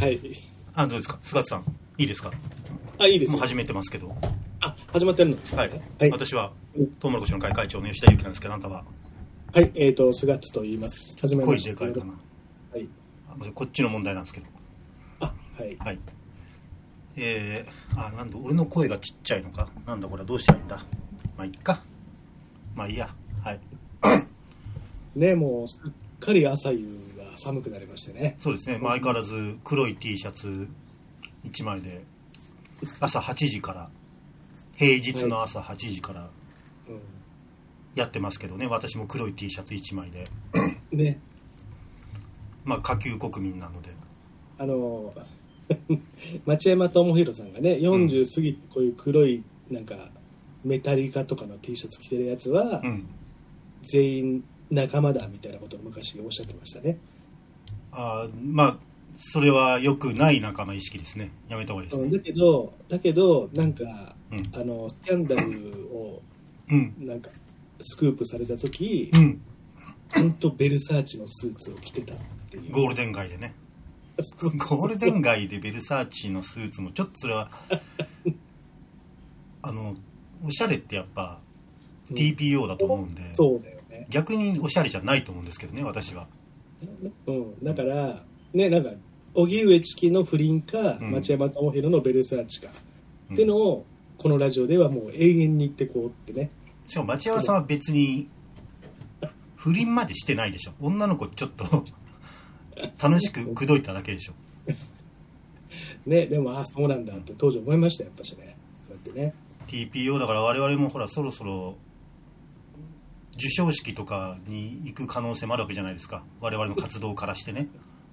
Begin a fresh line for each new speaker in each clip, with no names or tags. はい。
あどうですか菅田さんいいですか
あ、いいです
もう
よ。
始めてますけど、は
あ、始まってるの。
い
はい
私はトウモロコシの会会長の吉田裕樹なんですけどあなたは
はい、えっ、ー、と、スガッツと言います。始めま
恋
し
で
た。
かいかな
はい。
あまずこっちの問題なんですけど
あ、はい。
はいえー、あなんだ俺の声がちっちゃいのかなんだこれはどうしたらいいんだまあいっかまあいいやはい
ね、もう、すっかり朝夕が寒くなりましてね。
そうですね、まあ、相変わらず黒い T シャツ1枚で朝8時から平日の朝8時から
う
やってますけどね私も黒い T シャツ1枚で
ん。ね、
まあ下級国民なので
あの、 町山智博さんがね、40過ぎ、こういう黒い、なんか、メタリカとかの T シャツ着てるやつは、
うん
全員仲間だみたいなことを昔おっしゃってましたね。
あーまあそれは良くない仲間意識ですねやめた方がいいです
うん
ね
だけど、だけど、なんか、
うん
あの、スキャンダルを、
うん
なんか、スクープされた時
うん
ちゃんとベルサーチのスーツを着てたっていう。
ゴールデン街で ねゴールデン街でベルサーチのスーツもちょっとそれは あのおしゃれってやっぱ
うん
TPO だと思うん で、
そうだよね。
逆におしゃれじゃないと思うんですけどね私は
うん。だから、ね、なんか、荻上チキの不倫か、
うん
町山智弘のベルサーチか、
うん
ってのを、このラジオではもう永遠に言ってこうってね。
しかも町山さんは別に不倫までしてないでしょ女の子ちょっ と楽しく口説いただけでしょ
ね、でも、ああ、そうなんだって当時思いましたよ、やっぱしね。だってね。
TPO だから我々もほらそろそろ授賞式とかに行く可能性もあるわけじゃないですか我々の活動からしてね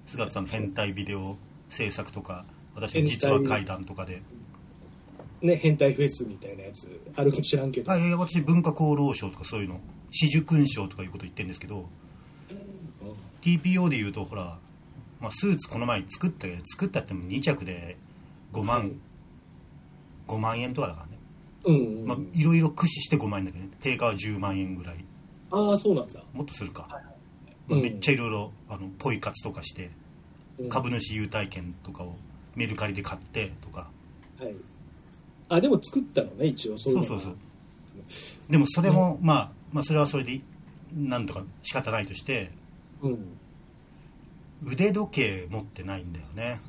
菅田さんの変態ビデオ制作とか私の実は怪談とかで
ね、変態フェスみたいなやつ、あるか知らんけど。
あいや私文化功労賞とかそういうの四樹勲賞とかいうこと言ってるんですけど TPO でいうとほら、まあ、スーツこの前作ったけど作ったっても2着で5万5万円とかだからね
うんうん、
まあいろいろ駆使して5万円だけどね定価は10万円ぐらい
ああ、そうなんだ。
もっとするか、
うん
めっちゃいろいろあのポイ活とかして
うん
株主優待券とかをメルカリで買ってとか
はい。あ、でも作ったのね、一応。そい
そ
の
う
が
そうそうでもそれも、まあ、まあそれはそれでなんとか仕方ないとして
うん。
腕時計持ってないんだよね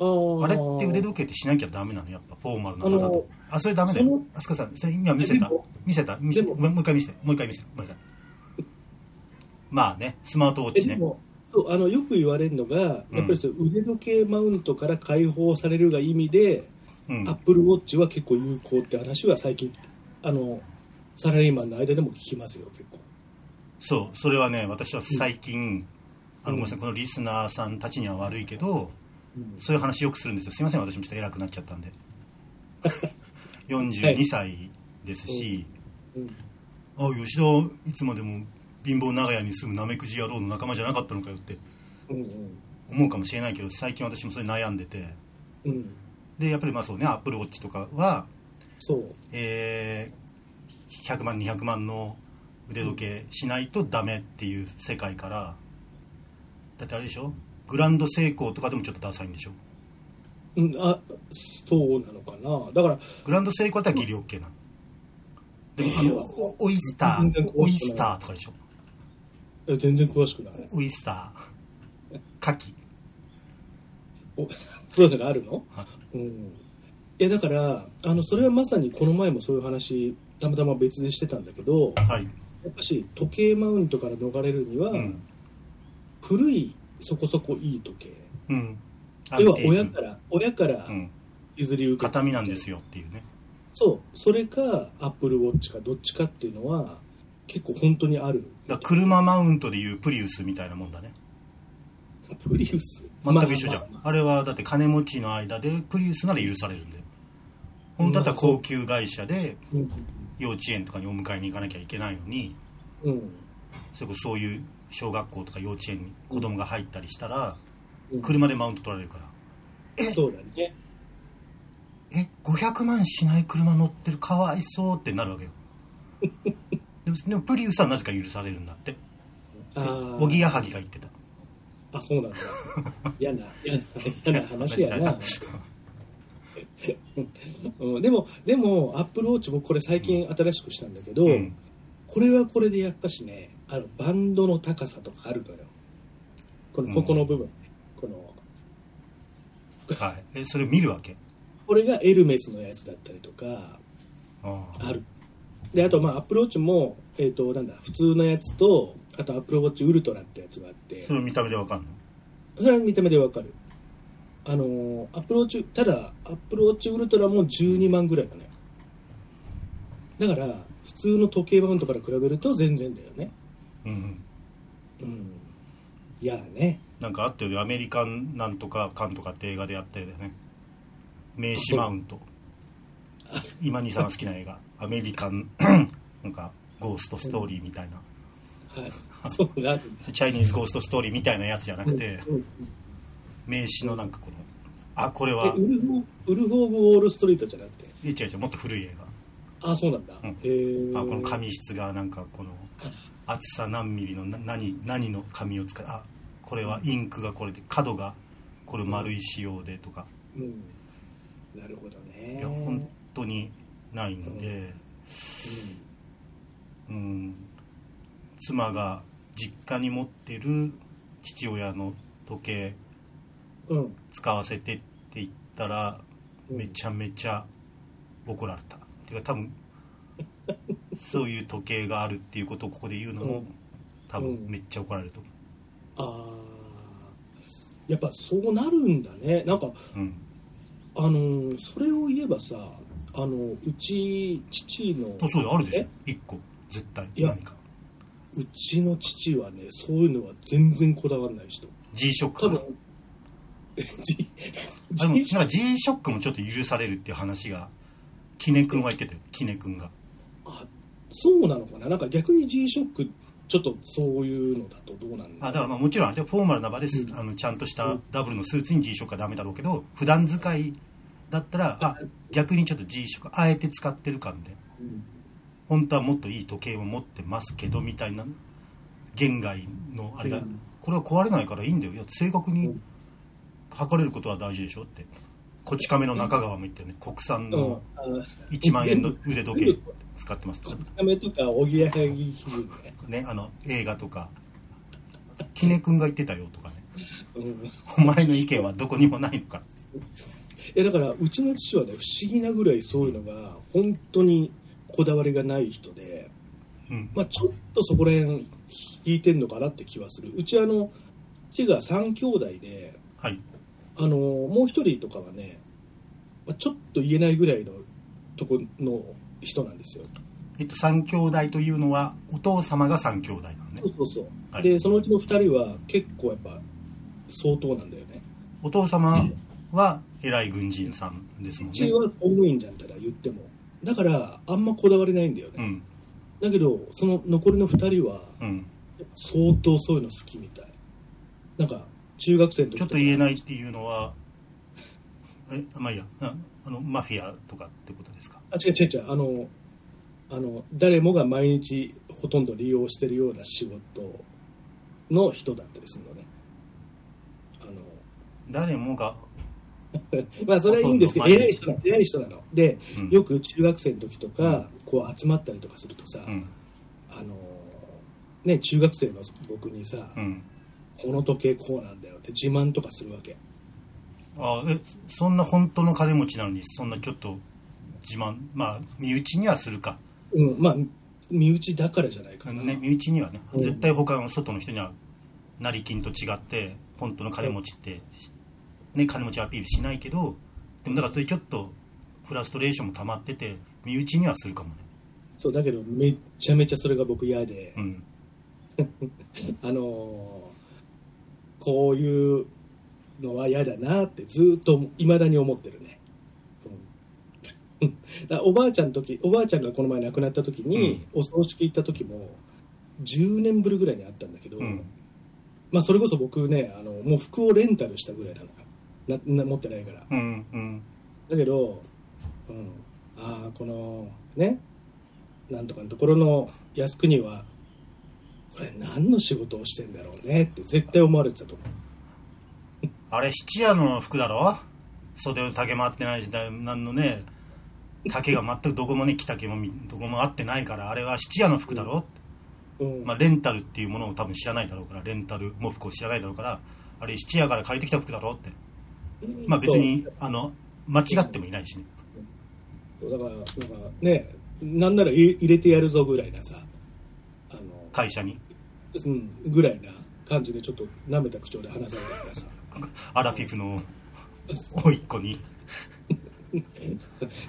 あー
あれって腕時計ってしなきゃダメなのやっぱフォーマルな
あ
の
の
だとあそれダメだ
そ
よ
の
あすかさんそれ今見せた
でも
見せた見せ
でも
ごめんもう一回見せてもう一回見せてごめんなさいまあねスマートウォッ
え
チ
で
ね
もそうあのよく言われるのが、
うん
やっぱりそう腕時計マウントから解放されるが意味で、
うん
アップルウォッチは結構有効って話は最近、あのサラリーマンの間でも聞きますよ、結構。
そうそれはね私は最近、あの
うん
ごめんなさいこのリスナーさんたちには悪いけど
うん
そういう話よくするんですよすいません私もちょっと偉くなっちゃった んで42歳ですし、
うん
あ吉田いつまでも貧乏長屋に住むなめくじ野郎の仲間じゃなかったのかよって
うん
思うかもしれないけど最近私もそれ悩んでて
うんうん、
でやっぱりまあそうねアップルウォッチとかは、
そう、
えー100万200万の腕時計しないとダメっていう世界からだってあれでしょグランド成功とかでもちょっとダサいんでしょ
うん、あそうなのかな、だから、
グランド成功だったらギリオッケーなのでもあ
いや
のオイスタ
全然
ーオイスターとかでしょ
え全然詳しくない、
オイスターカキ
お そういうのがあるの、
は
うん、いやだからあの、それはまさにこの前もそういう話、たまたま別でしてたんだけど、
はい、
やっぱし時計マウントから逃れるには、
うん
古いそこそこいい時計
うん、
要は親から親から
うん、
譲り受けた
形見なんですよっていうね
そうそれかアップルウォッチかどっちかっていうのは結構本当にある
だから車マウントでいうプリウスみたいなもんだね
プリウス
全く一緒じゃん、
ま
あ
あまあ
れはだって金持ちの間でプリウスなら許されるんだよ本当だったら高級会社で
うん
幼稚園とかにお迎えに行かなきゃいけないのに
うん
それこそそういう小学校とか幼稚園に子供が入ったりしたら
うん
車でマウント取られるから
そうだね
え500万しない車乗ってるかわいそうってなるわけよ でもでもプリウスはなぜか許されるんだって
あー
おぎやはぎが言ってた
ああそう なんだ嫌な嫌な嫌な話やなうん、でもでもアップルウォッチ僕これ最近新しくしたんだけど、
うん、
これはこれでやっぱしねあのバンドの高さとかあるのよこのここの部分、この
はいえそれ見るわけ
これがエルメスのやつだったりとか
あー
あるであとまあアップルウォッチも、えー、となんだ普通のやつとあとアップルウォッチウルトラってやつがあって
それ見た目でわかんの
それは見た目でわかるあのーアップローチただアップローチウルトラも12万ぐらいだねだから普通の時計マウントから比べると全然だよね
うんう
う
ん
んやだね
なんかあったよねアメリカンなんとかかんとかって映画でやったよね名刺マウント今にさんが好きな映画アメリカン なんかゴーストストーリーみたいな
はいそうなる
チャイニーズゴーストストーリーみたいなやつじゃなくて
うん
名刺のなんかこのあこれ
え
は
ウルフウルフ・オブ・ウォール・ストリートじゃなくて
え違う違うもっと古い映
あそうなんだ、
うん
へえ
画あこの紙質がなんかこの厚さ何ミリのな何何の紙を使うあこれはインクがこれで角がこれ丸い仕様でとか
うんなるほど
い
ね
や本当にないんで、うん、妻が実家に持ってる父親の時計
うん、うん
使わせてって言ったら
うん
めちゃめちゃ怒られたていうか多 分そういう時計があるっていうことをここで言うの
う
も
ん
多
う
分
ん
めっちゃ怒られると思
ああやっぱそうなるんだねなんか
う、うん、
あのーそれを言えばさあのうち父の
そうそうあるでしょ
え
1個絶対
いや
何か
うちの父はねそういうのは全然こだわらない人
G ショック
多
かな
分 G-
でもなん
G
か G ショックもちょっと許されるっていう話がキネ君は言ってたよキネ君が
あそうなのかななんか逆に G ショックちょっとそういうのだとどうなんだ
あだからまあもちろんあれはフォーマルな場です、
うん
あのちゃんとしたダブルのスーツに G ショックはダメだろうけど普段使いだったらあ逆にちょっと G ショックあえて使ってる感で
うん
本当はもっといい時計を持ってますけどみたいな言外のあれが、
うん
これは壊れないからいいんだよいや正確
う
に
ん
測れることは大事でしょってこち亀の中川も言ってね国産
うん
の
あ
1万円の腕時計使ってますとか
ダメとかおぎやはぎ基準ね、
ねあの映画とかキネ君が言ってたよとかね
うん
お前の意見はどこにもないのか
えだからうちの父はね不思議なぐらいそういうのが本当にこだわりがない人で、
うん
まあ、ちょっとそこら辺引いてんのかなって気はするうちあの父が3兄弟で
はい
あのもう一人とかはね、まあ、ちょっと言えないぐらいのとこの人なんですよ
えっと三兄弟というのはお父様が三兄弟なのね
そうそうそう、
はい
でそのうちの2人は結構やっぱ相当なんだよね
お父様は偉い軍人さんですも
うんち
ね
は公務員だったら言ってもだからあんまこだわりないんだよね、
うん
だけどその残りの2人は
うん
相当そういうの好きみたいなんか中学生の時
ちょっと言えないいっていうのはえまあいいやああのマフィアとかってことですか
あ違う違う違うあのあの誰もが毎日ほとんど利用してるような仕事の人だったりするのねあの
誰もが、
まあそれはいいんですけど
ほとんど
偉い人なの偉い人なので
うん、
よく中学生の時とかこう集まったりとかするとさ、
うん
あのね中学生の僕にさ、
うん
この時計こうなんだよって自慢とかするわけ
あえそんな本当の金持ちなのにそんなちょっと自慢まあ身内にはするか、
うんまあ身内だからじゃないか
あ
な、
のね、身内にはね
うん
絶対他の外の人には成金と違って本当の金持ちって、ね、金持ちアピールしないけどでもだからそれちょっとフラストレーションも溜まってて身内にはするかもね
そうだけどめっちゃめちゃそれが僕嫌で
う、ん
あのーこういうのは嫌だなってずっといまだに思ってるね、うん、だからおばあちゃんの時おばあちゃんがこの前亡くなった時に、お葬式行った時も10年ぶりぐらいにあったんだけど、
うん
まあ、それこそ僕ねあのもう服をレンタルしたぐらいなのかなな持ってないから
うんうん
だけど、うん、ああこのねなんとかのところの靖国はこれ何の仕事をしてんだろうねって絶対思われてたと思う
あれ七夜の服だろ袖の竹も合ってないしだなんのね竹が全くどこもね着丈もみどこも合ってないからあれは七夜の服だろ、
うん
まあ、レンタルっていうものを多分知らないだろうからレンタルも服を知らないだろうからあれ七夜から借りてきた服だろってまあ別にあの間違ってもいないしね
そうだからなんかねなんなら入入れてやるぞぐらいなさあの、
会社に
うん、ぐらいな感じでちょっと舐めた口調で話されたからさ
アラフィフの 甥っ子に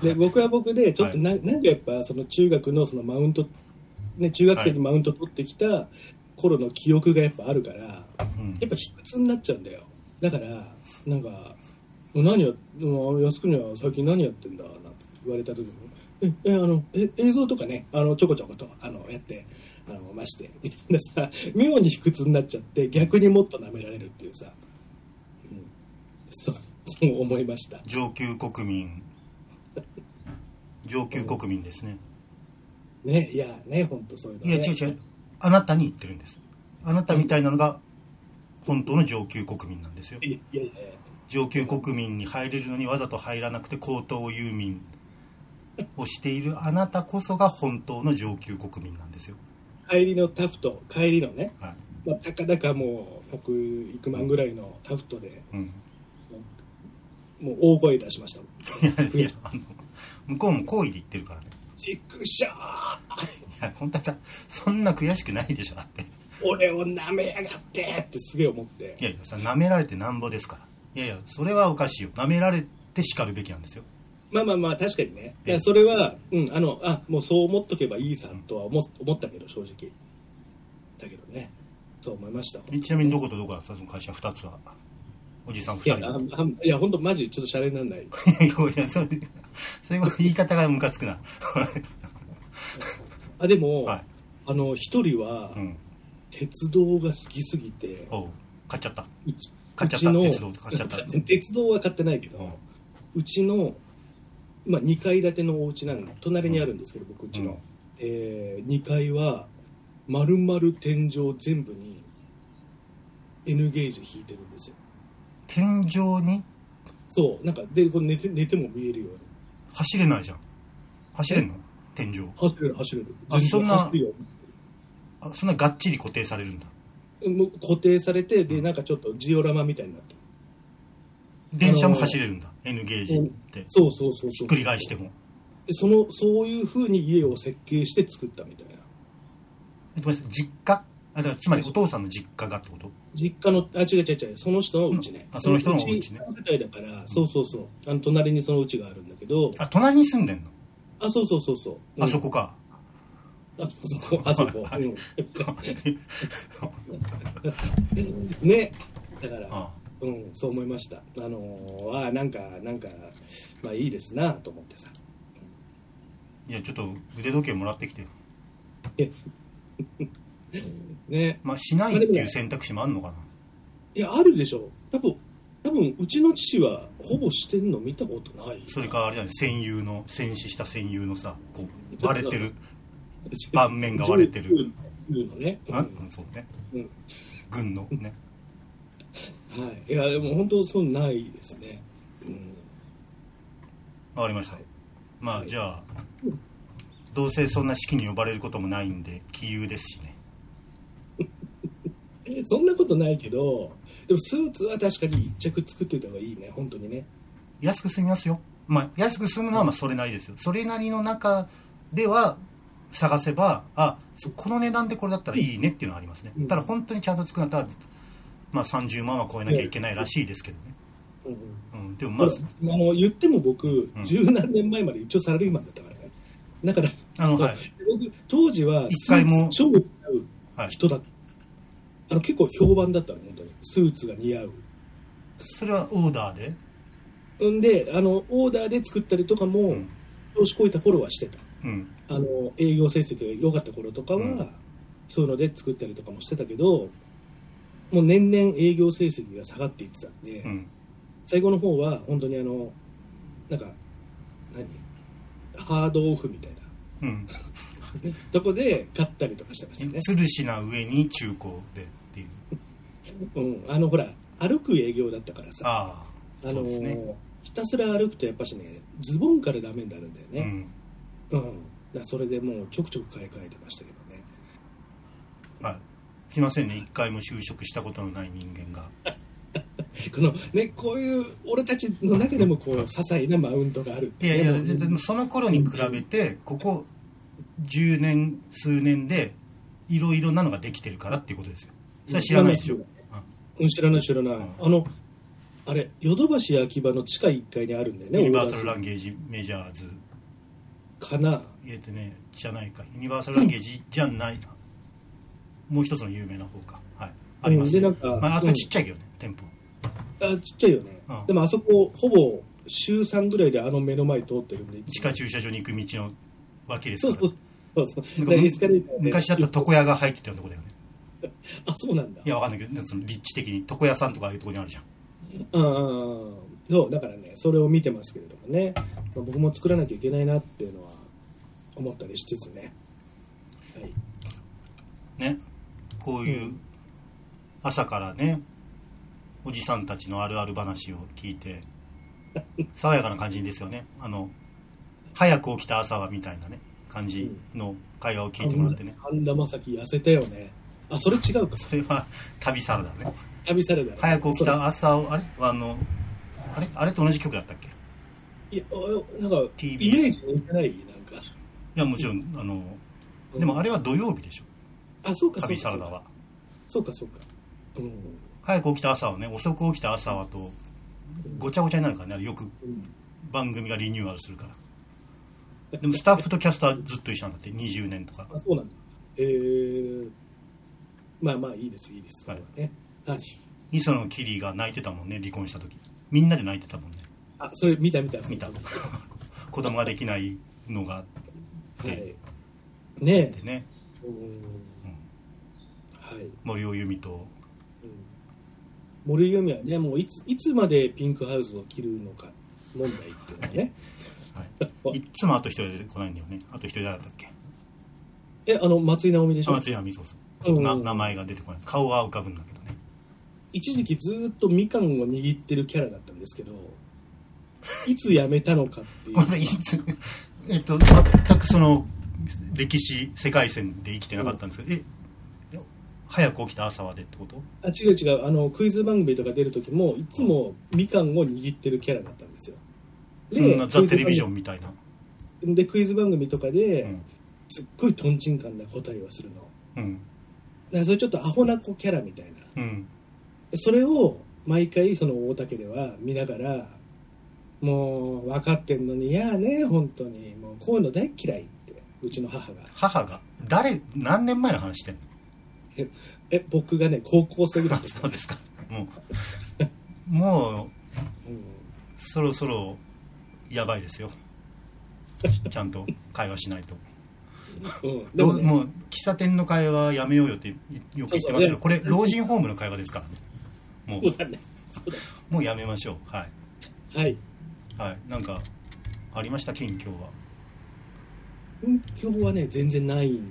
で僕は僕でちょっとな,、なんかやっぱその中学のそのマウント、ね、中学生にマウント取ってきた頃の記憶がやっぱあるからや
うん
っぱ卑屈になっちゃうんだよだからなんか「何やもう靖国は最近何やってんだ?」なんて言われた時に「ええあのえ映像とかねあのちょこちょことあのやって。あのましてみたいなさ妙に卑屈になっちゃって逆にもっと舐められるっていうさ、うん、そうそう 思いました
上級国民上級国民ですね
ねいやね本当そういうの、
い
ね、
や違う違うあなたに言ってるんですあなたみたいなのが本当の上級国民なんですよ
いやいやいや
上級国民に入れるのにわざと入らなくて高等遊民をしているあなたこそが本当の上級国民なんですよ、
帰りのタフト帰りのね、
は
まあ、たかだかもう100いく万ぐらいのタフトで
いうん、
もう大声出しました
いやいや あの向こうも好意で言ってるからね
ちくしょう
いや本当はさそんな悔しくないでしょだってい
俺を舐めやがってってすげえ思って
やいやさ舐められてなんぼですからいやいやそれはおかしいよ舐められてしかるべきなんですよ
まあまあまあ確かにねい
え
や
え
それは、うん、あのあもうそう思っとけばいいさとは思思ったけど正直だけどねそう思いました
えちなみにどことどこなんですかその会社2つはおじさん2
いや
人
ああいや本当マジでちょっとシャレにならない
いやいやそれ それ言い方がムカつくな
あでも、
はい、
あの一人は
うん、
鉄道が好きすぎて、
おう買っちゃった
うち
買っちゃった
う
鉄道買っちゃった
鉄道は買ってないけど、うちの、まあ、2階建てのお家なんで隣にあるんですけど、僕うちの、
うん
え2階は丸々天井全部に N ゲージ引いてるんですよ
天井に
そうなんかでこれ寝て寝ても見えるように
走れないじゃん走れんの天井
走れる走れる
あそんな
走るよ
あそんながっちり固定されるんだ
もう固定されてで
うん
なんかちょっとジオラマみたいになってる
電車も走れるんだ N ゲージって
そうそうそうそう
ひっくり返しても
でそのそういうふうに家を設計して作ったみたいな
えごめんなさい実家あだからつまりお父さんの実家がってこと
実家のあ違う違う違うその人のうちね、
あその人のお家ね
3世帯だから、そうそうそうあの隣にそのうちがあるんだけど
あ隣に住んでんの
あそうそうそうそう、うん
あそ こか、
あそこあそこ、
はい
うん、ねだか
あ
ら、
あ
うん、そう思いましたあのー、あーなんかなんかまあいいですなと思ってさ
いやちょっと腕時計もらってきてよ
ね
まあしないっていう選択肢もあるのかない
やあるでしょ多分多分うちの父はほぼしてんの見たことない
それかあれじゃない戦友の戦死した戦友のさこう割れてる盤面が割れて る
銃のね、うん
あうんそうね、
うん
軍のね
はい、いやでも本当そうないですね、うん、
わかりましたまあ
はい
じゃあどうせそんな式に呼ばれることもないんで杞憂ですしね
えそんなことないけどでもスーツは確かに一着作っていた方がいいね本当にね
安く済みますよまあ安く済むのはまあそれなりですよそれなりの中では探せばあそこの値段でこれだったらいいねっていうのはありますね
うん
ただ本当にちゃんと作るんだったらまあ30万は超えなきゃいけないらしいですけどね、
うんうん
うん、でも
ま
ま
あ
あ
の言っても僕
ん
十、何年前まで一応サラリーマンだったからねだから
あのはい
僕当時は
一回も
スーツ超似合
は
う
い
人だった、あの結構評判だったの本当にスーツが似合う
それはオーダーで
んであのオーダーで作ったりとかも、
ん
調子こいた頃はしてた
うん
あの営業成績が良かった頃とかは、
うん
そういうので作ったりとかもしてたけどもう年々営業成績が下がっていってたんで、
うん
最後の方は本当にあのなんか何ハードオフみたいな
うん
とこで買ったりとかしてましたね、
つるしな上に中古でっていう
うん、あのほら歩く営業だったからさ
ああ
あ
そ
の
うです
ー
ね
ひたすら歩くとやっぱしねズボンからダメになるんだよ
う
ね、
ん
うんだからそれでもうちょくちょく買い替えてましたけどね
はいすいませんね一回も就職したことのない人間が
このねこういう俺たちの中でもこう些細なマウントがあるって
いやいや
ねもう
ででもその頃に比べてここ10年数年でいろいろなのができてるからっていうことですよそれは知らないでしょ
うんうん知らない知らない、
うん
あのあれヨドバシや秋葉の地下1階にあるんだよね
ユニバーサル
オー
ラ
ダ
ンゲージメジャーズ
ーズかな
えっとねじゃないかユニバーサルランゲージじゃないな、もう一つの有名な方かはいありますね、
でなんか
まあ、あそこ
うん
ちっちゃいけどね、店舗
あちっちゃいよね、
うん
でもあそこほぼ週3ぐらいであの目の前通ってるんで
地下駐車場に行く道の脇です
そ
か
う
ら
そうそうそう
なんか
でエスカレーターで
昔だったら床屋が入ってたようなとこだよね
あそうなんだ
いやわかんないけどなんかその立地的に床屋さんとかああいうとこにあるじゃん
うんうんうんそうだからねそれを見てますけれどもね、まあ僕も作らなきゃいけないなっていうのは思ったりしつつね、はい、
ねこういうう朝からねおじさんたちのあるある話を聞いて爽やかな感じですよねあの早く起きた朝はみたいなね感じの会話を聞いてもらってね
神田正輝痩せたよねあそれ違うか
それは旅サラダね
旅サラダ
早く起き
そう
た朝をあれあのあれあれと同じ曲だったっけ
い
い
やおなんか
TBS
イメージ似てないなんか
やもちろんあのでもあ
れ
れは土曜日でしょ
あそうかそうか
旅サラダは
そうかそうかうん
早く起きた朝はね遅く起きた朝はとごちゃごちゃになるからねあれよく
うん
番組がリニューアルするからでもスタッフとキャスターはずっと一緒なんだって20年とか
あそうなんだえー、まあまあいいですいいです、
はい
ねはい、
磯野キリが泣いてたもんね離婚した時みんなで泣いてたもんね
あそれ見た見た
見た子供ができないのがあっ
はいね
てね
え、うん、はい、うん、
森尾由美と
森弓はねもういついつまでピンクハウスを着るのか問題っていうのはね
はいいっつもあと一人で来ないんだよねあと一人誰だったっけ
えあの松井直美でし
あ
ょ
松山美穂さ
うん
んな名前が出てこない顔は浮かぶんだけどね
一時期ずーっとみかんを握ってるキャラだったんです けどいつ辞めたのかってい
ごめんな
う
さいいつ えっと全くその歴史世界線で生きてなかったんですけど、ええ早く起きた朝はでってこと
あ違う違うあのクイズ番組とか出る時もいつもみかんを握ってるキャラだったんですよ
そんなザ・テレビジョ
ン
ンみたいな、
でクイズ番組とかで、
うん
すっごいとんちんかんな答えをするの
うん
だからそれちょっとアホな子キャラみたいな
うん、
それを毎回その大竹では見ながらもう分かってんのにいやーね本当にもうこういうの大嫌いってうちの母が
母が誰何年前の話 してんの
え僕がね高校生ぐらい
あ
です
そうですかもうも
うん
うそろそろやばいですよちゃんと会話しないと
うんでも
もう
ね
もう喫茶店の会話やめようよってよく言ってますけ
そうそう
どこれ老人ホームの会話ですからねも
そうだねそう
うもうやめましょうは
だはい
いはいなんかありました近況は
近況はね全然ないん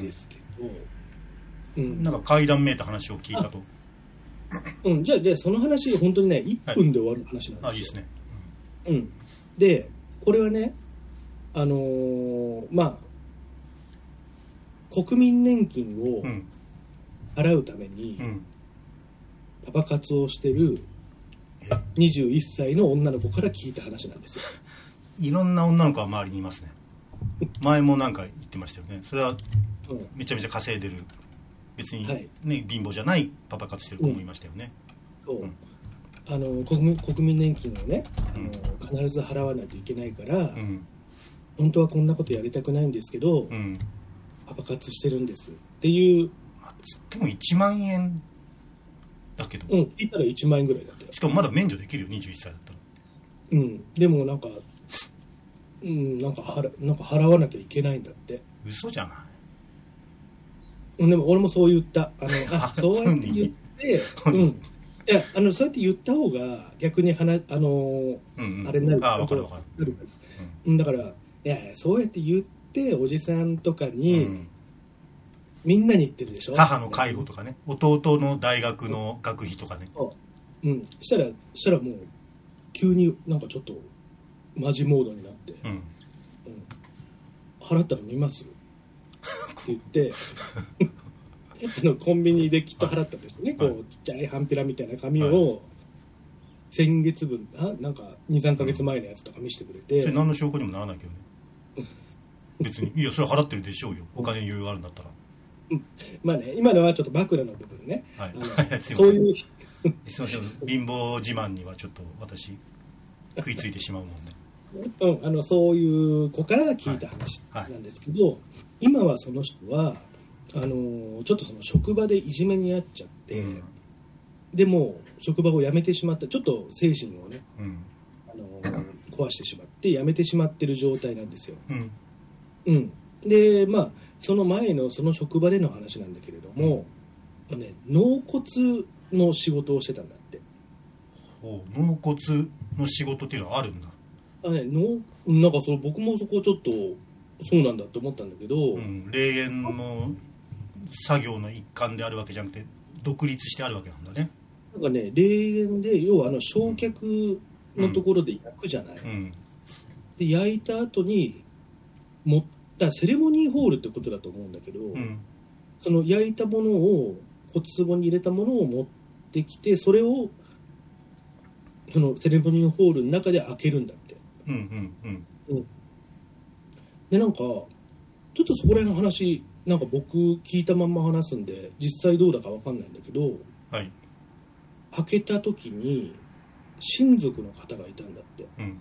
ですけど、うん
なんか階段めいた話を聞いたと
うん、じゃあじゃあその話本当にね1分で終わる話なんですよ、
あいいですね
うん、でこれはねあのーまあ国民年金を
うん
払うために
うん
パパ活をしてる21歳の女の子から聞いた話なんですよ
いろんな女の子は周りにいますね前もなんか言ってましたよねそれは
うん
めちゃめちゃ稼いでる別に、ね
はい
貧乏じゃないパパ活してる子もいましたよね、
そう
うん
あの国民国民年金をね、あの
う
必
ん
ず払わないといけないから、
うん
本当はこんなことやりたくないんですけど、
うん、
パパ活してるんですっていう、
まあつっても1万円だけど、
うん、聞いたら1万円ぐらいだったよ
しかもまだ免除できるよ21歳だったら
うん、でもなんか、うん、なんか払なんか払わなきゃいけないんだって。
嘘じゃない
うんでも俺もそう言った。あの、あそうやって言って、う
本
ん。
人
いや、あの、そうやって言った方が逆に話、あのー、
うんうん
あれになる
あ分かる分かる
なるからうんだから、いやいやそうやって言って、おじさんとか
う
に、
ん
みんなに言ってるでしょ。
母の介護とかね弟の大学の学費とかね
そううん、したらしたらもう急になんかちょっとマジモードになって
う、ん
うん払ったら見ますって言って あのコンビニできっと払ったんですよね、
はい
こうちっちゃい半ピラみたいな紙
は
を先月分あなんか23ヶ月前のやつとか見せてくれて、
それ何の証拠にもならないけどね別にいやそれは払ってるでしょ うよお金に余裕があるんだったら
まあね今のはちょっと枕の部分ね、
はい
あの
すいません
そういう
すいません貧乏自慢にはちょっと私食いついてしまうもんで、
うん、あのそういう子から聞いた話
はいはい
なんですけど、今はその人はあのちょっとその職場でいじめに遭っちゃって、
うん
でもう職場を辞めてしまったちょっと精神をね
うん
あの壊してしまって辞めてしまってる状態なんですよ、
うん
うん、でまあその前のその職場での話なんだけれども、あのね、納骨の仕事をしてたんだって
お納骨の仕事っていうのはあるんだ
あのね納なんかその僕もそこちょっとそうなんだと思ったんだけど、
うん、霊園の作業の一環であるわけじゃなくて独立してあるわけなんだね
なんかね、霊園で、要はあの焼却のところで焼くじゃない。
うん
で、焼いた後に、持ったセレモニーホールってことだと思うんだけど、
うん
その焼いたものを、骨壺に入れたものを持ってきて、それを、そのセレモニーホールの中で開けるんだって。
うんうんうん
で、なんか、ちょっとそこら辺の話、なんか僕聞いたまんま話すんで、実際どうだかわかんないんだけど、
はい
開けた時に、親族の方がいたんだって。
うん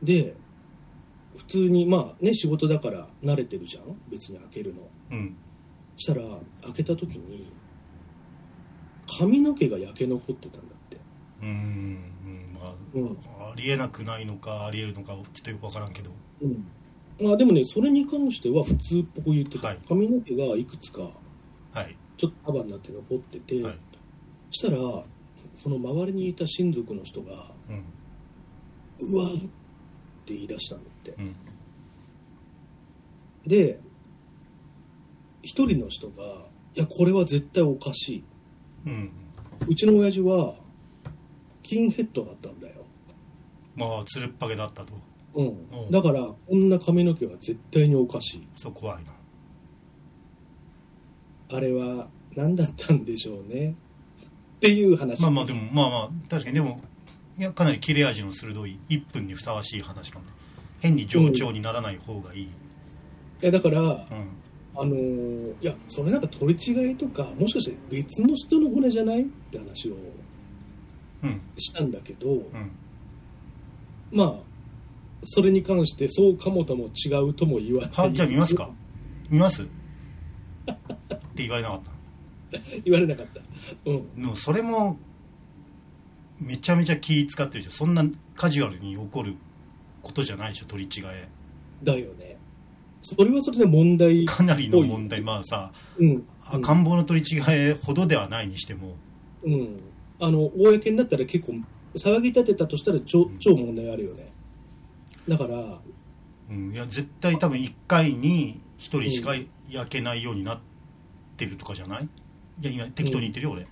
で普通にまあね仕事だから慣れてるじゃん別に開けるの
うん
したら開けた時に髪の毛が焼け残ってたんだって
うんうんま
うん、
あありえなくないのかありえるのかちょっとよくわからんけど
まあでもねそれに関しては普通っぽく言ってた、
はい
髪の毛がいくつか
はい
ちょっと束になって残ってて、
はい
したらその周りにいた親族の人が
う
「
ん
うわ!」って言い出したんだって
うん
で一人の人が「いやこれは絶対おかしい」
うん
うちの親父は、キンヘッドだったんだよ。
まあつるっぱげだったと
うん。
うん
だから、こんな髪の毛は絶対におかしい。
そう怖いな
あれは、何だったんでしょうね。っていう話。
まあまあでもまあまあ確かにでもいやかなり切れ味の鋭い1分にふさわしい話かもね変に冗長にならない方がいい、
いや、だから、あ
うん
のーいや、それなんか取り違いとか、もしかして別の人の骨じゃないって話を
うん
したんだけど、
うん
まあ、それに関して、そうかもとも違うとも言わな。
はいじゃあ見ますか見ますって言われなかった
言われなかった。うん。
でもそれもめちゃめちゃ気使ってるでしょそんなカジュアルに起こることじゃないでしょ取り違え
だよね。それはそれで問題。
かなりの問題まあさ
うん。うん
赤ん坊の取り違えほどではないにしても
うん、あの公になったら結構騒ぎ立てたとしたら超超問題あるよねだから
うん、いや絶対多分1回に1人しか焼けないようになってるとかじゃないいや今適当に言ってるよ俺、
う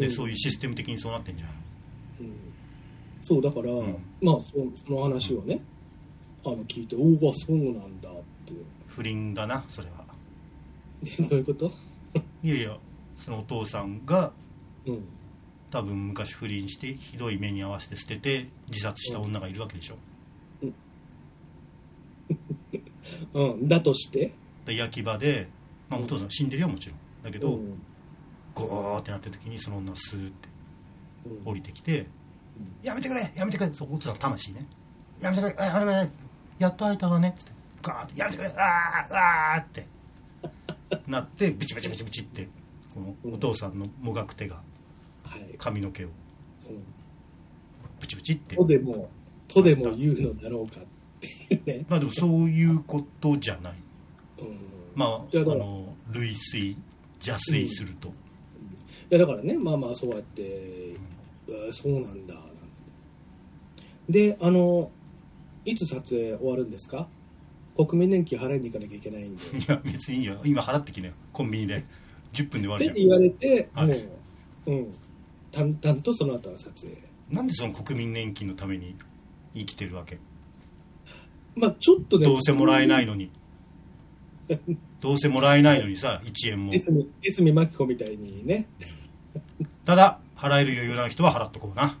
で
ん
そういうシステム的にそうなってんじゃん
うん、そうだから、
ん
まあそその話をねあの聞いて「おおそうなんだ」って
不倫だなそれは
でどういうこと、
いやいやそのお父さんが
うん、
多分昔不倫してひどい目に遭わせて捨てて自殺した女がいるわけでしょ
うん、だとして
で焼き場で、まあ、お父さん死んでるよもちろんだけど、
うん
ゴーってなってる時にその女がスーって
うん
降りてきて「やめてくれやめてくれ」そうお父さんの魂ね「やめてくれやめてくれやっと会えたわね」っつってガーって「やめてくれあーあー」って なってブチブチブチブチってこのお父さんのもがく手が
はい、
髪の毛を
うん、
ブチブチって
とでもとでも言うのだろうかっていうね、
まあでもそういうことじゃない
うん、
ま
い
あ
や
あ
だから
の類推邪推すると、
いやだからねまあまあそうやって、あそうなんだなんてであのいつ撮影終わるんですか国民年金払いに行かなきゃいけない んで
いや別にいいよ今払ってきなよコンビニで10分で終わ
って
るじゃん
言われて、
はい
もう、うん、淡々とその後は撮影
なんでその国民年金のために生きてるわけ
まあちょっとね
どうせもらえないのにどうせもらえないのにさ1円も
江角江角真紀子みたいにね、
ただ払える余裕のある人は払っとこうな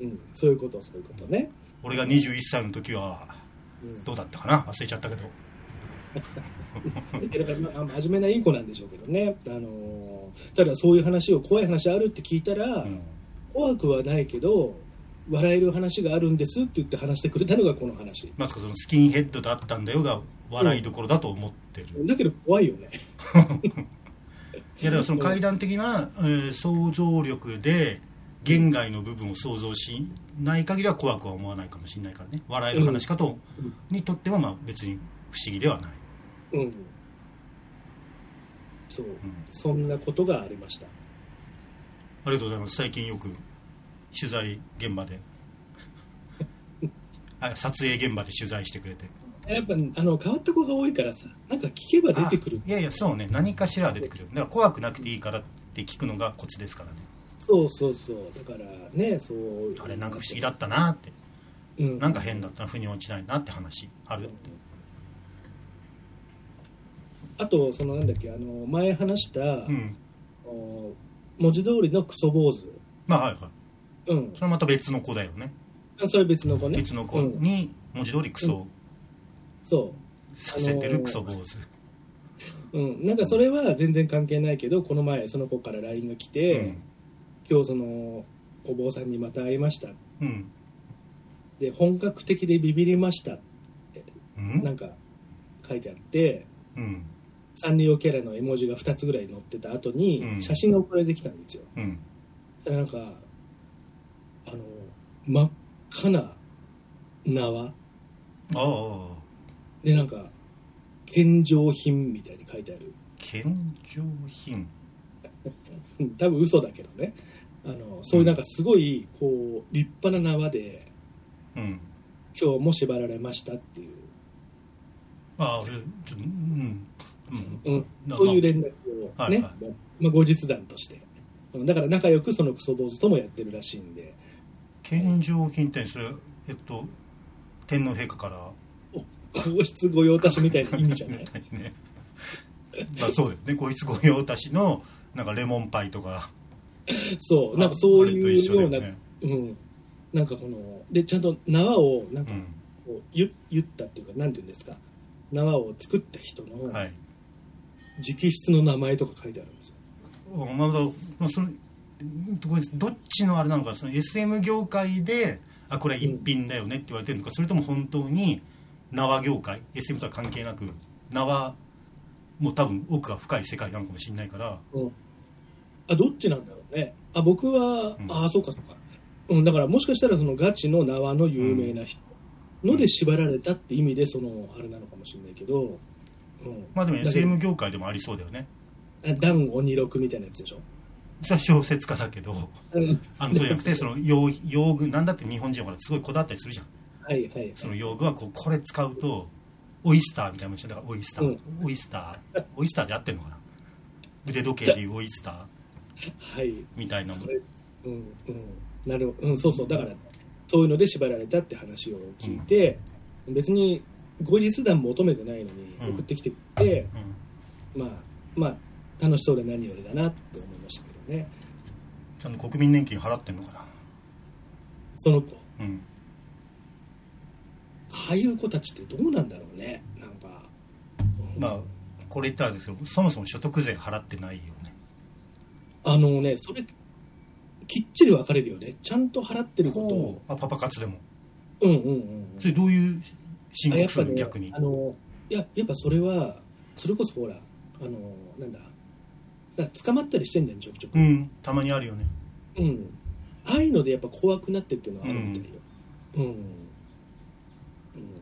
うん、そういうことそういうことね、
俺が21歳の時は
うん、
どうだったかな忘れちゃったけど
だから、まあ、真面目ないい子なんでしょうけどね、あのーただそういう話を怖い話あるって聞いたら、
うん
怖くはないけど笑える話があるんですって言って話してくれたのがこの話
まさかそのスキンヘッドだったんだよが笑いどころだと思ってる、
だけど怖いよね
いやだからその階段的な、えー想像力で言外の部分を想像しない限りは怖くは思わないかもしれないからね笑える話かと、
うん
にとってはまあ別に不思議ではない、
うんそう
うん
そんなことがありました
ありがとうございます最近よく取材現 場であ撮影現場で取材してくれて
やっぱあの変わった子が多いからさなんか聞けば出てくる
あいやいやそうね何かしら出てくるだから怖くなくていいからって聞くのがコツですからね
そうそうそうだからねそう
あれなんか不思議だったなって
うん
なんか変だったな腑に落ちないなって話あるって
あとそのなんだっけあの前話した、
うん
お文字通りのクソ坊主
まあはいはい
うん
それはまた別の子だよね
それは別の子ね
別の子
うん
に文字通りクソ
そ
させてるクソ坊主、
ううんなんかそれは全然関係ないけどこの前その子から LINE が来て、今日そのお坊さんにまた会いました
うん
で本格的でビビりました
う
なんんか書いてあって
うん
サンリオキャラの絵文字が2つぐらい載ってた後
う
に
ん
写真が送られてきたんですよ、
うん
でなんかあの真っ赤な縄
ああ
でなんか献上品みたいに書いてある
献上品
うん多分嘘だけどねあのそういうなんかすごいこう立派な縄で
うん
今日も縛られましたっていう、
ああえちょっとうんうん
うん、
な
そういう連絡を
は
ね、
いは
まあ、後日談としてうんだから仲良くそのクソ坊主ともやってるらしいんで
献上品ってそれえっと天皇陛下から
皇室御用達みたいな意味じゃ ない
ねまあそうだよねこいつ御用達のなんかレモンパイとか
そうなんかそう
あれと
い
一
う
緒
よ
だよ
うな
ね
うん、なんかこのでちゃんと縄をなん
う
か
ん
こうゆゆったっていうかなんていうんですか縄を作った人の
はい
直筆の名前とか書いてあるんですよ、
まあ、まあそのごめんなさいどっちのあれなのかその SM 業界であこれは一品だよねって言われてるのか、それとも本当に縄業界 SM とは関係なく縄もう多分奥が深い世界なのかもしれないから
うん、あどっちなんだろうねあ僕は、
うん
ああそうかそうか、うん、だからもしかしたらそのガチの縄の有名な人ので縛られたって意味でそのあれなのかもしれないけど、うん、
まあでも
だけど
SM 業界でもありそうだよね
あダン鬼六みたいなやつでしょ
それは小説家だけど
うん
あのそうじゃなくてその用用具なんだって日本人はほらすごいこだわったりするじゃん
はいはいはい
その用具はこうこれ使うとオイスターみたいなもんでしょだからオイスター、オイスターオイスターで合ってんのかな腕時計でいうオイスター
はい、
みたいなもん
それうんうん、なるほど、うん、そうそうだからそういうので縛られたって話を聞いて、別に後日談求めてないのに
うん
送ってきてくれて、
うん
まあまあ楽しそうで何よりだなって思いましたけどね
ちゃんと国民年金払ってんのか
その子
なうん
ああいう子たちってどうなんだろうねなんか、うん
まあこれ言ったらですけどそもそも所得税払ってないよね
あのねそれきっちり分かれるよねちゃんと払ってるこ
ほうあパパ活でも
とうんうんうん
それどういう申
あや
告
っ
す
ぱ
るの
ね
逆に
あのいややっぱそれはそれこそほらあのなんだだから捕まったりしてんだよちょくちょく
うんたまにあるよね
うんああいうのでやっぱ怖くなってっていうのはあるみたいようん、うん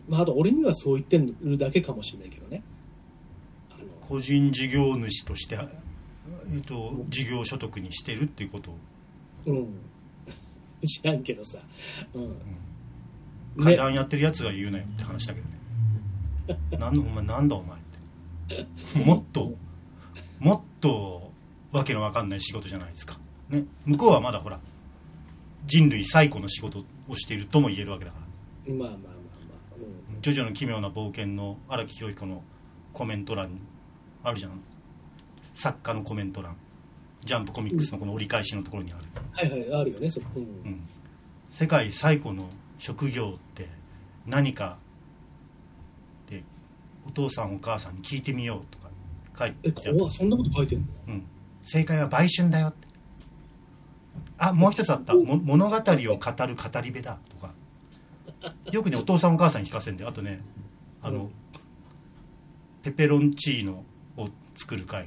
まあ、あと俺にはそう言ってるだけかもしれないけどねあの
個人事業主としてえっと事業所得にしてるっていうことを、
うん 知らんけどさ、うん
う
ね
ん、階段やってるやつが言うなよって話だけどねなんのお前なんだお前ってもっともっとわけのわかんない仕事じゃないですかね向こうはまだほら人類最古の仕事をしているとも言えるわけだから
まあまあまあまあ、うん
「ジョジョの奇妙な冒険」の荒木宏彦のコメント欄にあるじゃん作家のコメント欄ジャンプコミックスのこの折り返しのところにある、
はいはいあるよねそこ、うん
うん、世界最古の職業って何かってお父さんお母さんに聞いてみようとか書い
え
てあっ
怖っそんなこと書いてんの
た、うん、正解は売春だよってあもう一つあったも物語を語る語り部だとかよくねお父さんお母さんに聞かせんであとねあの、
うん
ペペロンチーノを作る会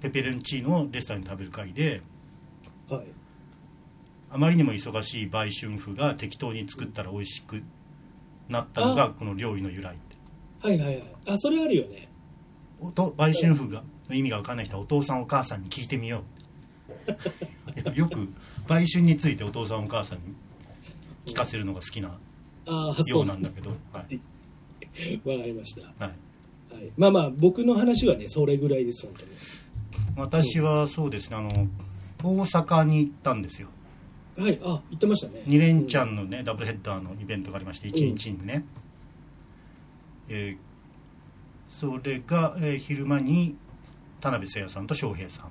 ペペロンチーノをレストランで食べる会で
はい
あまりにも忙しい売春婦が適当に作ったら美味しくなったのがこの料理の由来って
はいはいはいあそれあるよね
おと売春婦がの意味が分かんない人はお父さんお母さんに聞いてみようっていやよく売春についてお父さんお母さんに聞かせるのが好きな
ああ
よ
そうう
なんだ
わ
けど、はい
かりました、は
はい、
い、まあまあ僕の話はねそれぐらいです本当に
私はそうですねあの大阪に行ったんですよ
はいあ言ってましたね
2連チャンのね、ダブルヘッダーのイベントがありまして1日にね、えーそれが、えー昼間に田辺誠也さんと翔平さん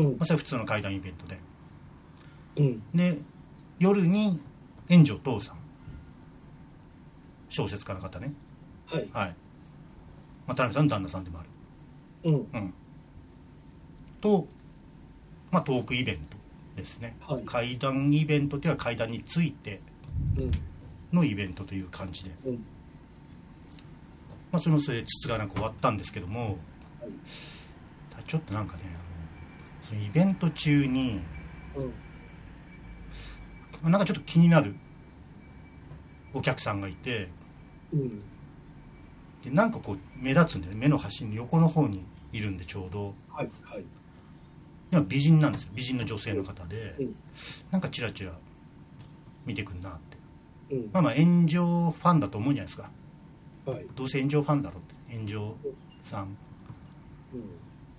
うん
まあ、それは普通の会談イベントで
うん
で夜に炎上父さん小説家の方ね
はい
はい、まあ、田辺さんの旦那さんでもある
うん
うんと、まあ、トークイベントですね、
はい
会談イベントっていうのは会談について
うん
のイベントという感じで
うん
まあ、その末つつがなく終わったんですけども、
はい
ただちょっとなんかねあのそのイベント中に
うん
あなんかちょっと気になるお客さんがいて
うん
でなんかこう目立つんだよね目の端に横の方にいるんでちょうど
はいはい
でも美人なんですよ美人の女性の方で、
うん
なんかチラチラ見てくんなって
うん
まあまあ炎上ファンだと思うんじゃないですか
はい
どうせ炎上ファンだろうって炎上さん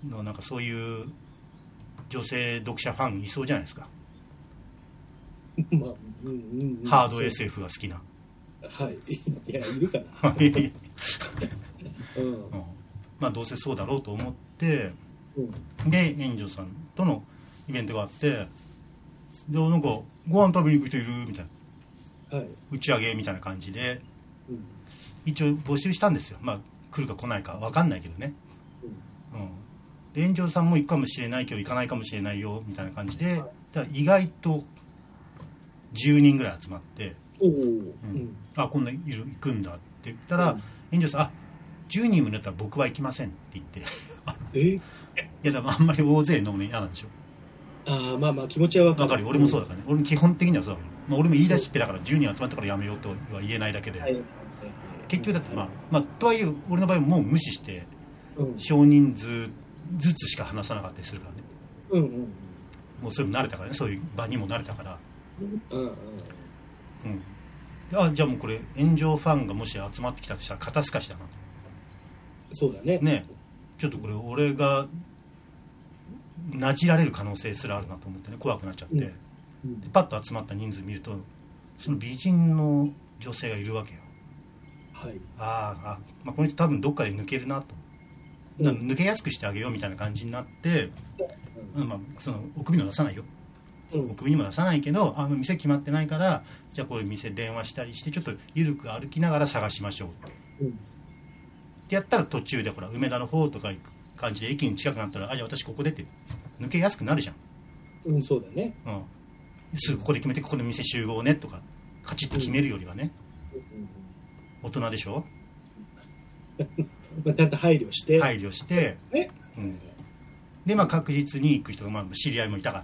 うん
のなんかそういう女性読者ファンいそうじゃないですか
まあ、うんうんうん、
ハード SF が好きな。
はい。いや、いるかな。うん。
うんまあどうせそうだろうと思って
うん。
で炎上さんとのイベントがあってでなんかご飯食べに行く人いるみたいな
はい。
打ち上げみたいな感じで
うん。
一応募集したんですよまあ来るか来ないか分かんないけどね、うん、で炎上さんも行くかもしれないけど行かないかもしれないよみたいな感じでただ意外と10人ぐらい集まって
おお。うん。
あこんないる行くんだって言ったら、
うん
炎上さん「あ10人もだったら僕は行きません」って言って
え
いやでもあんまり大勢飲むの嫌なんでしょ
ああ、まあまあ、気持ちはわか
わ
る。
かるよ俺もそうだからね俺も基本的にはそうだけど、まあ、俺も言い出しっぺだから10人集まったからやめようとは言えないだけで、
はい。
結局だってまあ、まあ、とはいえ俺の場合はもう無視して
うん。
少人数ずつしか話さなかったりするからね
うんうん。
もうそれも慣れたからねそういう場にも慣れたから
うんうん。
うんであじゃあもうこれ炎上ファンがもし集まってきたとしたら肩透かしだな
そうだね。
ねちょっとこれ俺がなじられる可能性すらあるなと思ってね怖くなっちゃって、
うんう
で
ん。
パッと集まった人数見るとその美人の女性がいるわけよ
はい。
あーあ、まあ、この人多分どっかで抜けるなとだから抜けやすくしてあげようみたいな感じになって、うんまあ、そのお首の出さないよ
うん
お。首にも出さないけどあの店決まってないからじゃあこれ店電話したりしてちょっと緩く歩きながら探しましょうって
うん。
やったら途中でほら梅田の方とか行く感じで駅に近くなったらあじゃあ私ここ出て抜けやすくなるじゃん
うん、そうだね。
うん、すぐここで決めてここで店集合ねとかカチッと決めるよりはね大人でしょ
まあ、ちゃんと配慮して。い。
配慮して、
ね。
うん、でまあ確実に行く人が、まあ、知り合いもいたか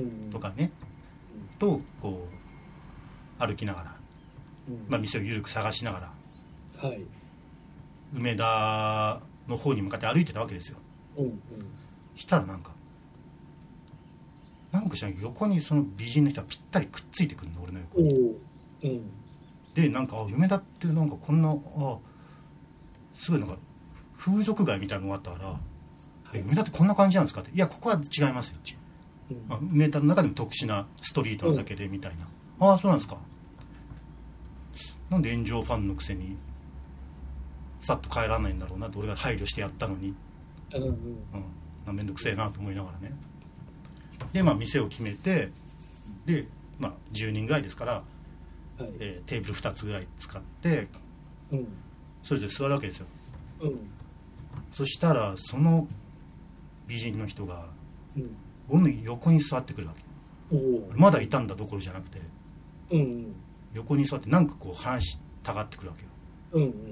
うん。
と。かねとこう歩きながら、
うん。
まあ、店を緩く探しながら
はい。
梅田の方に向かって歩いてたわけですよ
うん。うん。
したらなんかなんかしらんけど横にその美人の人がぴったりくっついてくるの俺の横
お
に
お。うん。
でなんかあ梅田ってなんかこんなあすごいなんか風俗街みたいなのがあったから「え梅田ってこんな感じなんですか?」って「いやここは違いますよ」
うん
まあ梅田の中でも特殊なストリートなだけでみたいな、ああそうなんですかなんで炎上ファンのくせにさっと帰らないんだろうなって俺が配慮してやったのに、
うんうん
うんまあ、めんどくせえなと思いながらねでまあ店を決めてでまあ10人ぐらいですから、
はい
えーテーブル2つぐらい使って
うん
それぞれ座るわけですよ
うん
そしたらその美人の人が
うん
俺の横に座ってくるわけ
おお
まだいたんだどころじゃなくて
うんうん
横に座ってなんかこう話したがってくるわけよ
うんうん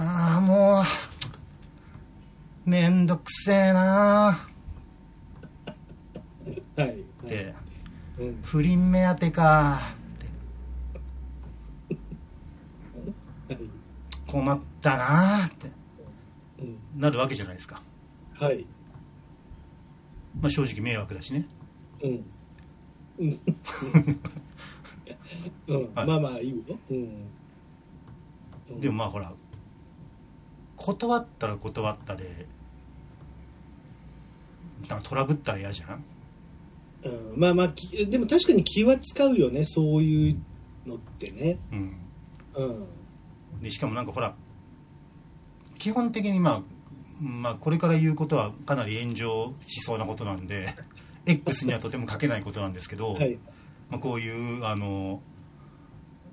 ああもうめんどくせえな
はいはい
ーって
うん
不倫目当てかーって
はい
困ったなーって
うん
なるわけじゃないですか、
はい
まあ、正直迷惑だしね
うんうんうんま
はい
あまあいいようんうん
でもまあほら断ったら断ったでなんかトラブったら嫌じゃん
うんまあまあきでも確かに気は使うよねそういうのってね
うん
うん
でしかもなんかほら基本的にまあ、まあ、これから言うことはかなり炎上しそうなことな んで X にはとても書けないことなんですけど、
はい
まあ、こういうあの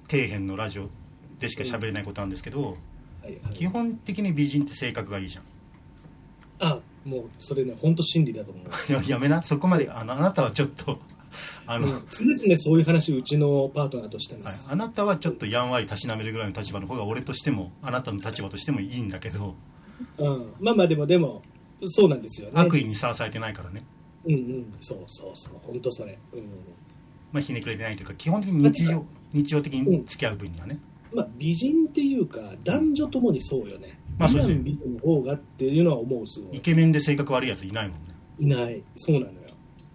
底辺のラジオでしか喋れないことなんですけど、
はいはい
基本的に美人って性格がいいじゃん
あもうそれね本当真理だと思う
いややめなそこまであのあなたはちょっと あの、はい、
常々そういう話うちのパートナーとしてます、
あなたはちょっとやんわりたしなめるぐらいの立場の方が俺としてもあなたの立場としてもいいんだけど
うん、まあまあでもでもそうなんですよね
悪意にさらされてないからね
うんうんそうそうそう本当それうん
まあ、ひねくれてないというか基本的に日常日常的に付き合う分にはね、
まあ美人っていうか男女ともにそうよね、
まあ
美
そうです
男
ね
美女の方がっていうのは思うすご
イ
い
ケメンで性格悪いやついないもんね、
いないそうなのよ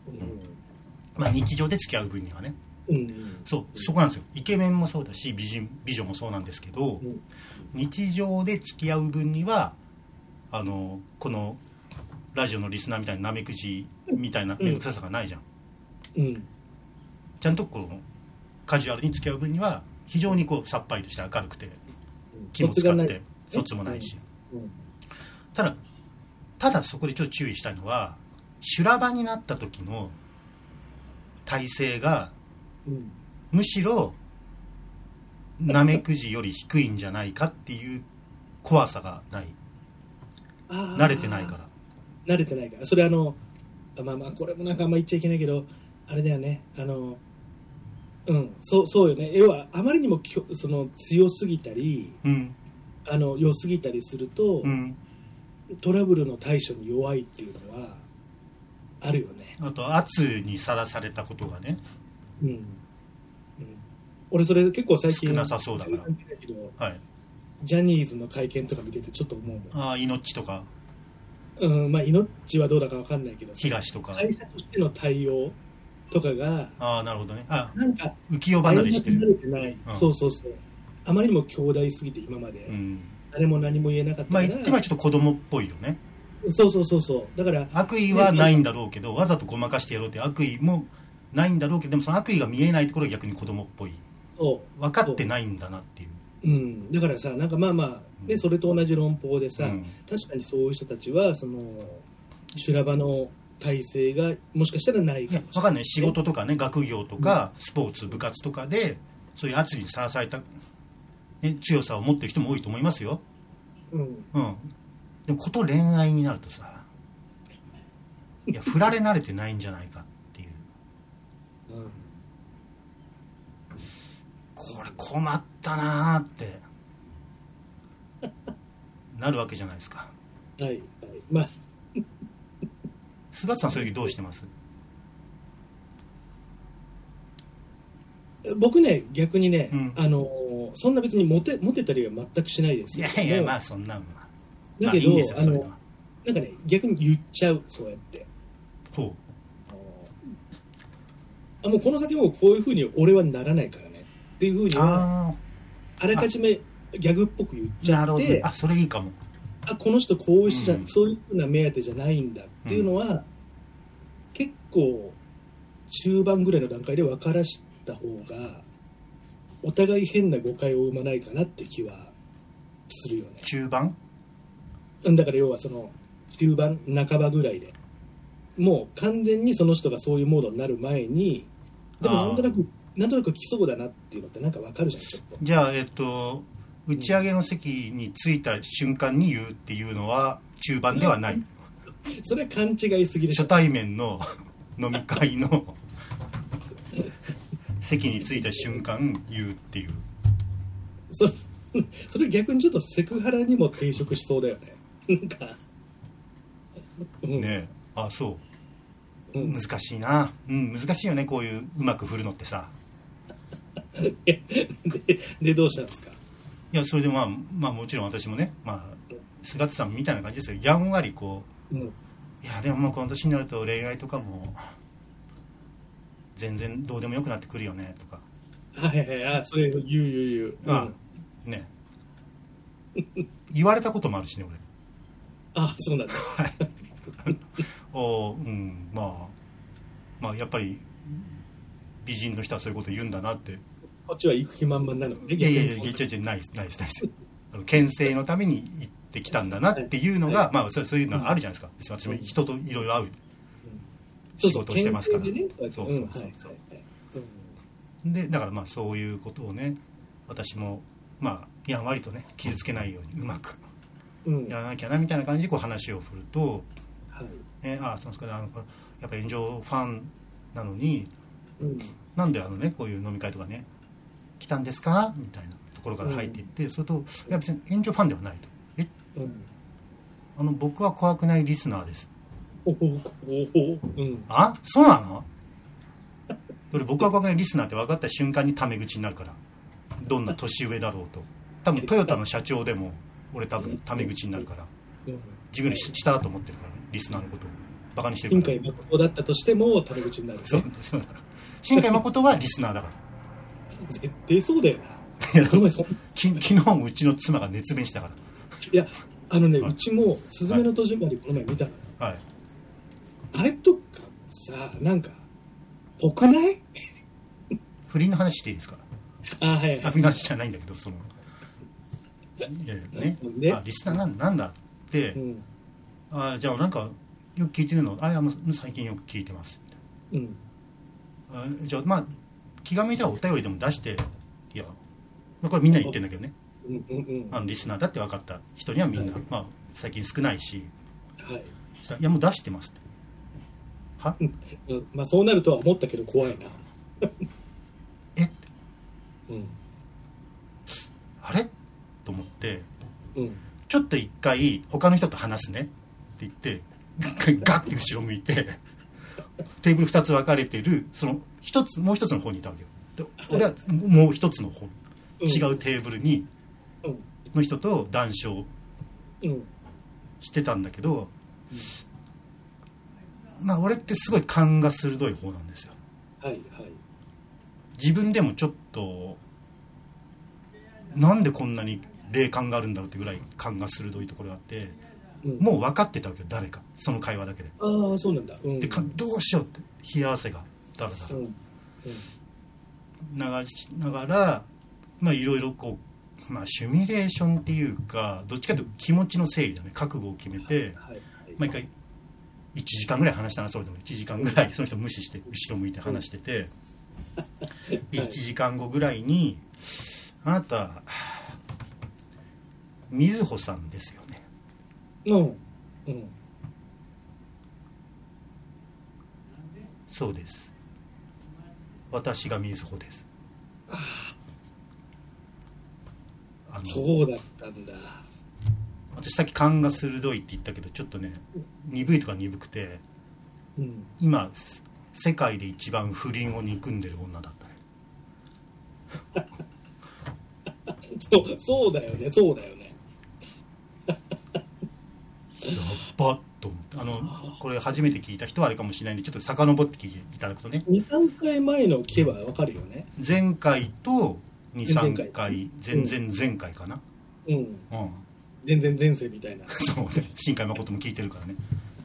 う
まあ、日常で付き合う分にはね
んうん
そうそこなんですよイケメンもそうだし美人美女もそうなんですけど
うん
日常で付き合う分にはあのこのラジオのリスナーみたいななめくじみたいな面倒くささがないじゃん、
うん
ちゃんとこのカジュアルに付き合う分には非常にこうさっぱりとして明るくて気も使
が
っ
ない
てそつもないし、
うん
ただただそこでちょっと注意したいのは修羅場になった時の体勢が
うん
むしろなめくじより低いんじゃないかっていう怖さがない
あー
慣れてないから
慣れてないからそれあのあまあまあこれもなんかあんま言っちゃいけないけどあれだよねあのうんそうそうよね要はあまりにもきょその強すぎたり
うん
あの良すぎたりすると、
うん
トラブルの対処に弱いっていうのはあるよね
あと圧にさらされたことがね
うん、うん、俺それ結構最近
少なさそうだから
全然見ないけど
はい
ジャニーズの会見とか見ててちょっと思うもん
ああ命とか
うんまあ命はどうだかわかんないけど
東とか
会社としての対応とかが
ああなるほどねあ
なんか
浮世離れして
慣
る
れてない、
うん
そうそうそうあまりにも兄弟すぎて今まで、
うん
誰も何も言えなかったか
まあ
ら、
言ってはちょっと子供っぽいよね
そうそうそうそうだから
悪意はないんだろうけどわざとごまかしてやろうって悪意もないんだろうけどでもその悪意が見えないところが逆に子供っぽい
そ
分かってないんだなっていう
う、うん、だからさなんかまあまあ、
う
ね、
ん
それと同じ論法でさ、
うん
確かにそういう人たちはその修羅場の体制がもしかしたらない
い
か
や
もしれ
分
な
か
い
んない仕事とかね学業とかスポーツ部活とかでそういう圧にさらされた、ね、強さを持ってる人も多いと思いますよ
うん
うんでもこと恋愛になるとさいや振られ慣れてないんじゃないかっていう
うん
これ困ったなーってなるわけじゃないですか
はい、はい、まあ
菅田さんそういう時どうしてます
僕ね逆にね、
うん
あのそんな別にモテモテたりは全くしないです
い
よ
やいやま
あ
あそんなんはま
だ
あい
け
いん
ど、
ですよ
あ
そういうの
の
は
なんかね逆に言っちゃうそうやって
ほ
あもうこの先もうこういうふうに俺はならないからねっていうふうに
う
は
あ
あらかじめギャグっぽく言っ
あ
ち
な
ゃ
る
っ
ほど
て
あそれいいかも
あこの人こういう人じゃ、
うん
そういうふうな目当てじゃないんだっていうのは、結構中盤ぐらいの段階で分からした方がお互い変な誤解を生まないかなって気はするよね
中盤
うんだから要はその中盤半ばぐらいでもう完全にその人がそういうモードになる前にでも
あー
なんとなくなんとなく来そうだなっていうのってなんか分かるじゃんちょっと
じゃあえっと打ち上げの席に着いた瞬間に言うっていうのは中盤ではない
それは勘違いすぎでしょ
初対面の飲み会の席に着いた瞬間言うっていう
そ それ逆にちょっとセクハラにも抵触しそうだよねなんか、うん
ねえあそううん難しいなうん難しいよねこういううまく振るのってさ
でで どうしたんですか
いやそれでまあ、まあ、もちろん私もね、まあ、菅田さんみたいな感じですよやんわりこ
うん
ういやでももうこの年になると恋愛とかも全然どうでもよくなってくるよねとか
はいはいはいあそれ言う言う言う
あ
うん
ね言われたこともあるしね俺
あそうなんだ
おうんまあまあやっぱり美人の人はそういうこと言うんだなって
こっちは行く気満々なのね
いやいやいや
逆に
いやいやないですないですないですあの牽制のために行ってきたんだなっていうの
は
が、まあ、そうそういうのはあるじゃないですか別に私も人といろいろ会う
そう
仕事をしてますから
そう牽制でね
そうそうそうそうん
はいはいはいうん
でだからまあそういうことをね私もまあやんわりとね傷つけないようにうまく
うん
やらなきゃなみたいな感じでこう話を振ると
はい
「ね、ああそうですかねあのこれやっぱ炎上ファンなのに
うん
なんであのねこういう飲み会とかね来たんですか?」みたいなところから入っていって、それと「いや別に炎上ファンではない」と「え
うん
あの僕は怖くないリスナーです
おおおおうん」
あそうなのそれ僕は怖くないリスナーって分かった瞬間にタメ口になるからどんな年上だろうと多分トヨタの社長でも俺多分タメ口になるから
うん
自分より下だと思ってるからリスナーのことをバカにして
今
るから
回誠だったとしてもタメ口になるね
そうそうなの新海誠はリスナーだから
絶対そうだよ
い
な
や
この前そん
き昨日もうちの妻が熱弁したか
いやあのね
はいう
ちも「すずめの戸締まり」この前見たの
らはい
あれとかさなんかぽくない
不倫の話していいですか
あはい
あ
はい
不倫の話じゃないんだけどそのいやいやね
ね
あリスナーなんなんだって、
うん
あじゃあなんかよく聞いてるのあいやもう最近よく聞いてます
うん
あじゃあまあ気が向いたらお便りでも出していやまあこれみんなに言ってるんだけどね
うんうんうん
あのリスナーだって分かった人にはみんな、まあ、最近少ないし
はい
いやもう出してますは
うんまあそうなるとは思ったけど怖いな
え
うん
あれと思って
うん
ちょっと一回他の人と話すねって言って一回ガッて後ろ向いてテーブル2つ分かれてるその一つもう一つの方にいたわけよで俺はもう一つの方
うん
違うテーブルに
うん
の人と談笑
うん
してたんだけどまあ俺ってすごい勘が鋭い方なんですよ
はいはい
自分でもちょっとなんでこんなに霊感があるんだろうってぐらい勘が鋭いところがあって
うん
もう分かってたわけよ誰かその会話だけで
ああそうなんだうん
でかどうしようって冷や汗がだら
うんうん
だら流しながらまあいろいろこう、まあ、シミュレーションっていうかどっちかというと気持ちの整理だね覚悟を決めて
はいはい
毎回1時間ぐらい話したなそれでも1時間ぐらいその人無視して後ろ向いて話しててで
はい
1時間後ぐらいに「あなた水穂さんですよね
うんうん
そうです私が水穂です」あの
そうだったんだ
私さっき勘が鋭いって言ったけどちょっとね鈍いとか鈍くて
うん
今せ世界で一番不倫を憎んでる女だったね
そうそうだよねそうだよね
やっばっと思ってあのこれ初めて聞いた人はあれかもしれないんでちょっと遡って聞いていただくとね
23回前の聞けばわかるよね
前回と
前
23
々
回前
うん
々前回かな
うん
うん
全然前 世みたいな
そうね新海誠も聞いてるからね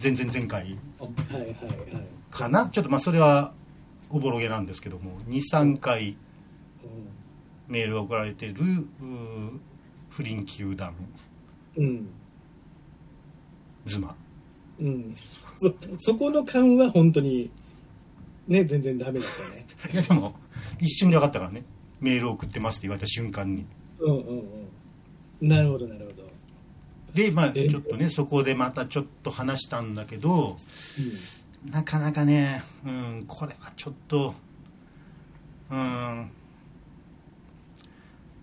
前々前回
はいはいはい
かなちょっとまあそれはおぼろげなんですけども23回メールが送られてるうー不倫球団
うん
妻
うんそそこの勘は本当にね全然ダメだったね
いやでも一瞬で分かったからねメールを送ってますって言われた瞬間に
うんうんうんなるほどなるほど、
でまあ
え
ちょっとねそこでまたちょっと話したんだけど
う
なかなかね、うん、これはちょっと、うん、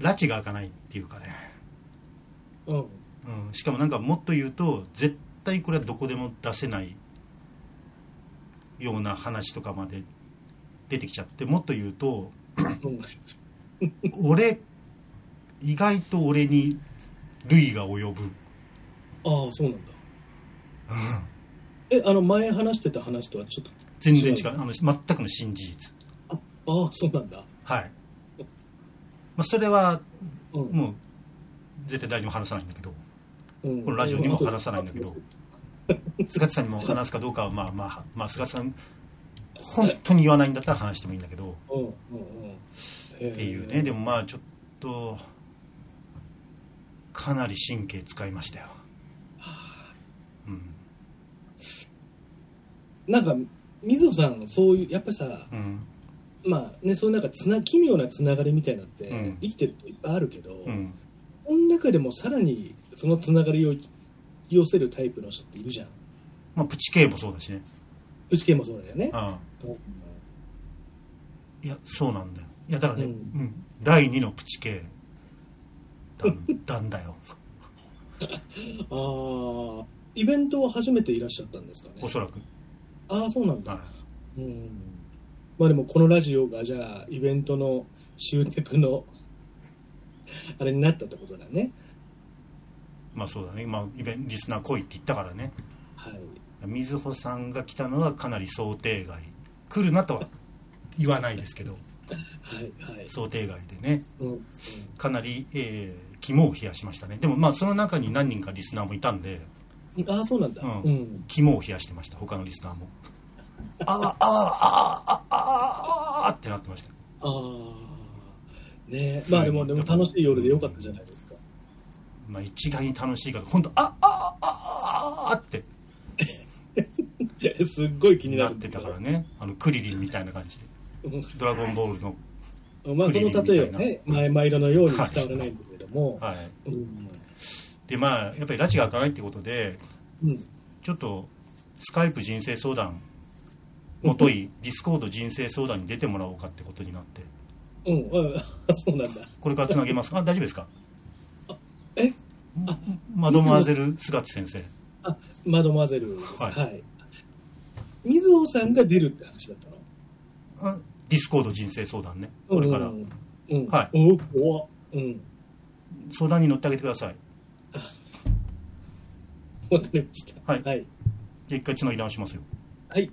拉致が開かないっていうかね、
んうん
うん、しかもなんかもっと言うと、絶対これはどこでも出せないような話とかまで出てきちゃって、もっと言うと、
うん
俺、意外と俺に類が及ぶ。
ああそうなんだえあの前話してた話とはちょっと
全然違う。あの、全くの新事実。
ああそうなんだ
はい。まあ、それは、
うん
もう、絶対誰にも話さないんだけど。
うん
このラジオにも話さないんだけど菅田さんにも話すかどうかはまあまあ、まあ、菅田さん本当に言わないんだったら話してもいいんだけど
うんうんうんえー
っていうねでもまあちょっとかなり神経使いましたよ、うん
なんか水野さんそういうやっぱさ
うん
まあねそのなんかつな奇妙なつながりみたいなって、
うん
生きてるといっぱいあるけど、
うん、
その中でもさらにそのつながりを引き寄せるタイプの人っているじゃん
まあプチ系もそうだしね
うち系もそうだよね
あ
うん
いやそうなんだよいやだからね、
う
うんん第2のプチ系だんだんだよ
ああイベントを初めていらっしゃったんですかね
おそらく、
ああそうなんだ
は
うんまあでもこのラジオがじゃあイベントの集客の あれになったってことだね
い、まあそうだね、まあ、イベントリスナー来いって言ったからね
はい
水穂さんが来たのはかなり想定外来るなとは言わないですけど
はいはい
想定外でね
うんうん
かなり、えー肝を冷やしましたねでもまあその中に何人かリスナーもいたんで
ああそうなんだ
うん
うん
肝を冷やしてました他のリスナーもあわあわああああああってなってました
ああねまあでもでも楽しい夜でよかったじゃないですか
まあ一概に楽しいから本当ああああああって
い やすっごい気にな
なっ
る
てたからねあのクリリンみたいな感じで「
う
ドラゴンボールの」
んまあその例えは
クリリンみ
ね前々色のように伝わ
はい
らないんだけども
はい
うん
でまあやっぱり拉致が開かないってことで
うん
ちょっとスカイプ人生相談もといディスコード人生相談に出てもらおうかってことになって
うんうんあそうなんだ
これからつなげますかあ大丈夫ですか
え
マドモアゼル菅津先生
あマドマゼルです
はい
はい水穂さんが出るって話だったの
あディスコード人生相談ねこれから
うんうん
は
お怖っうん
相談に乗ってあげてください
わかりました
はい
はい
じゃあ一回つなぎ直しますよ
はい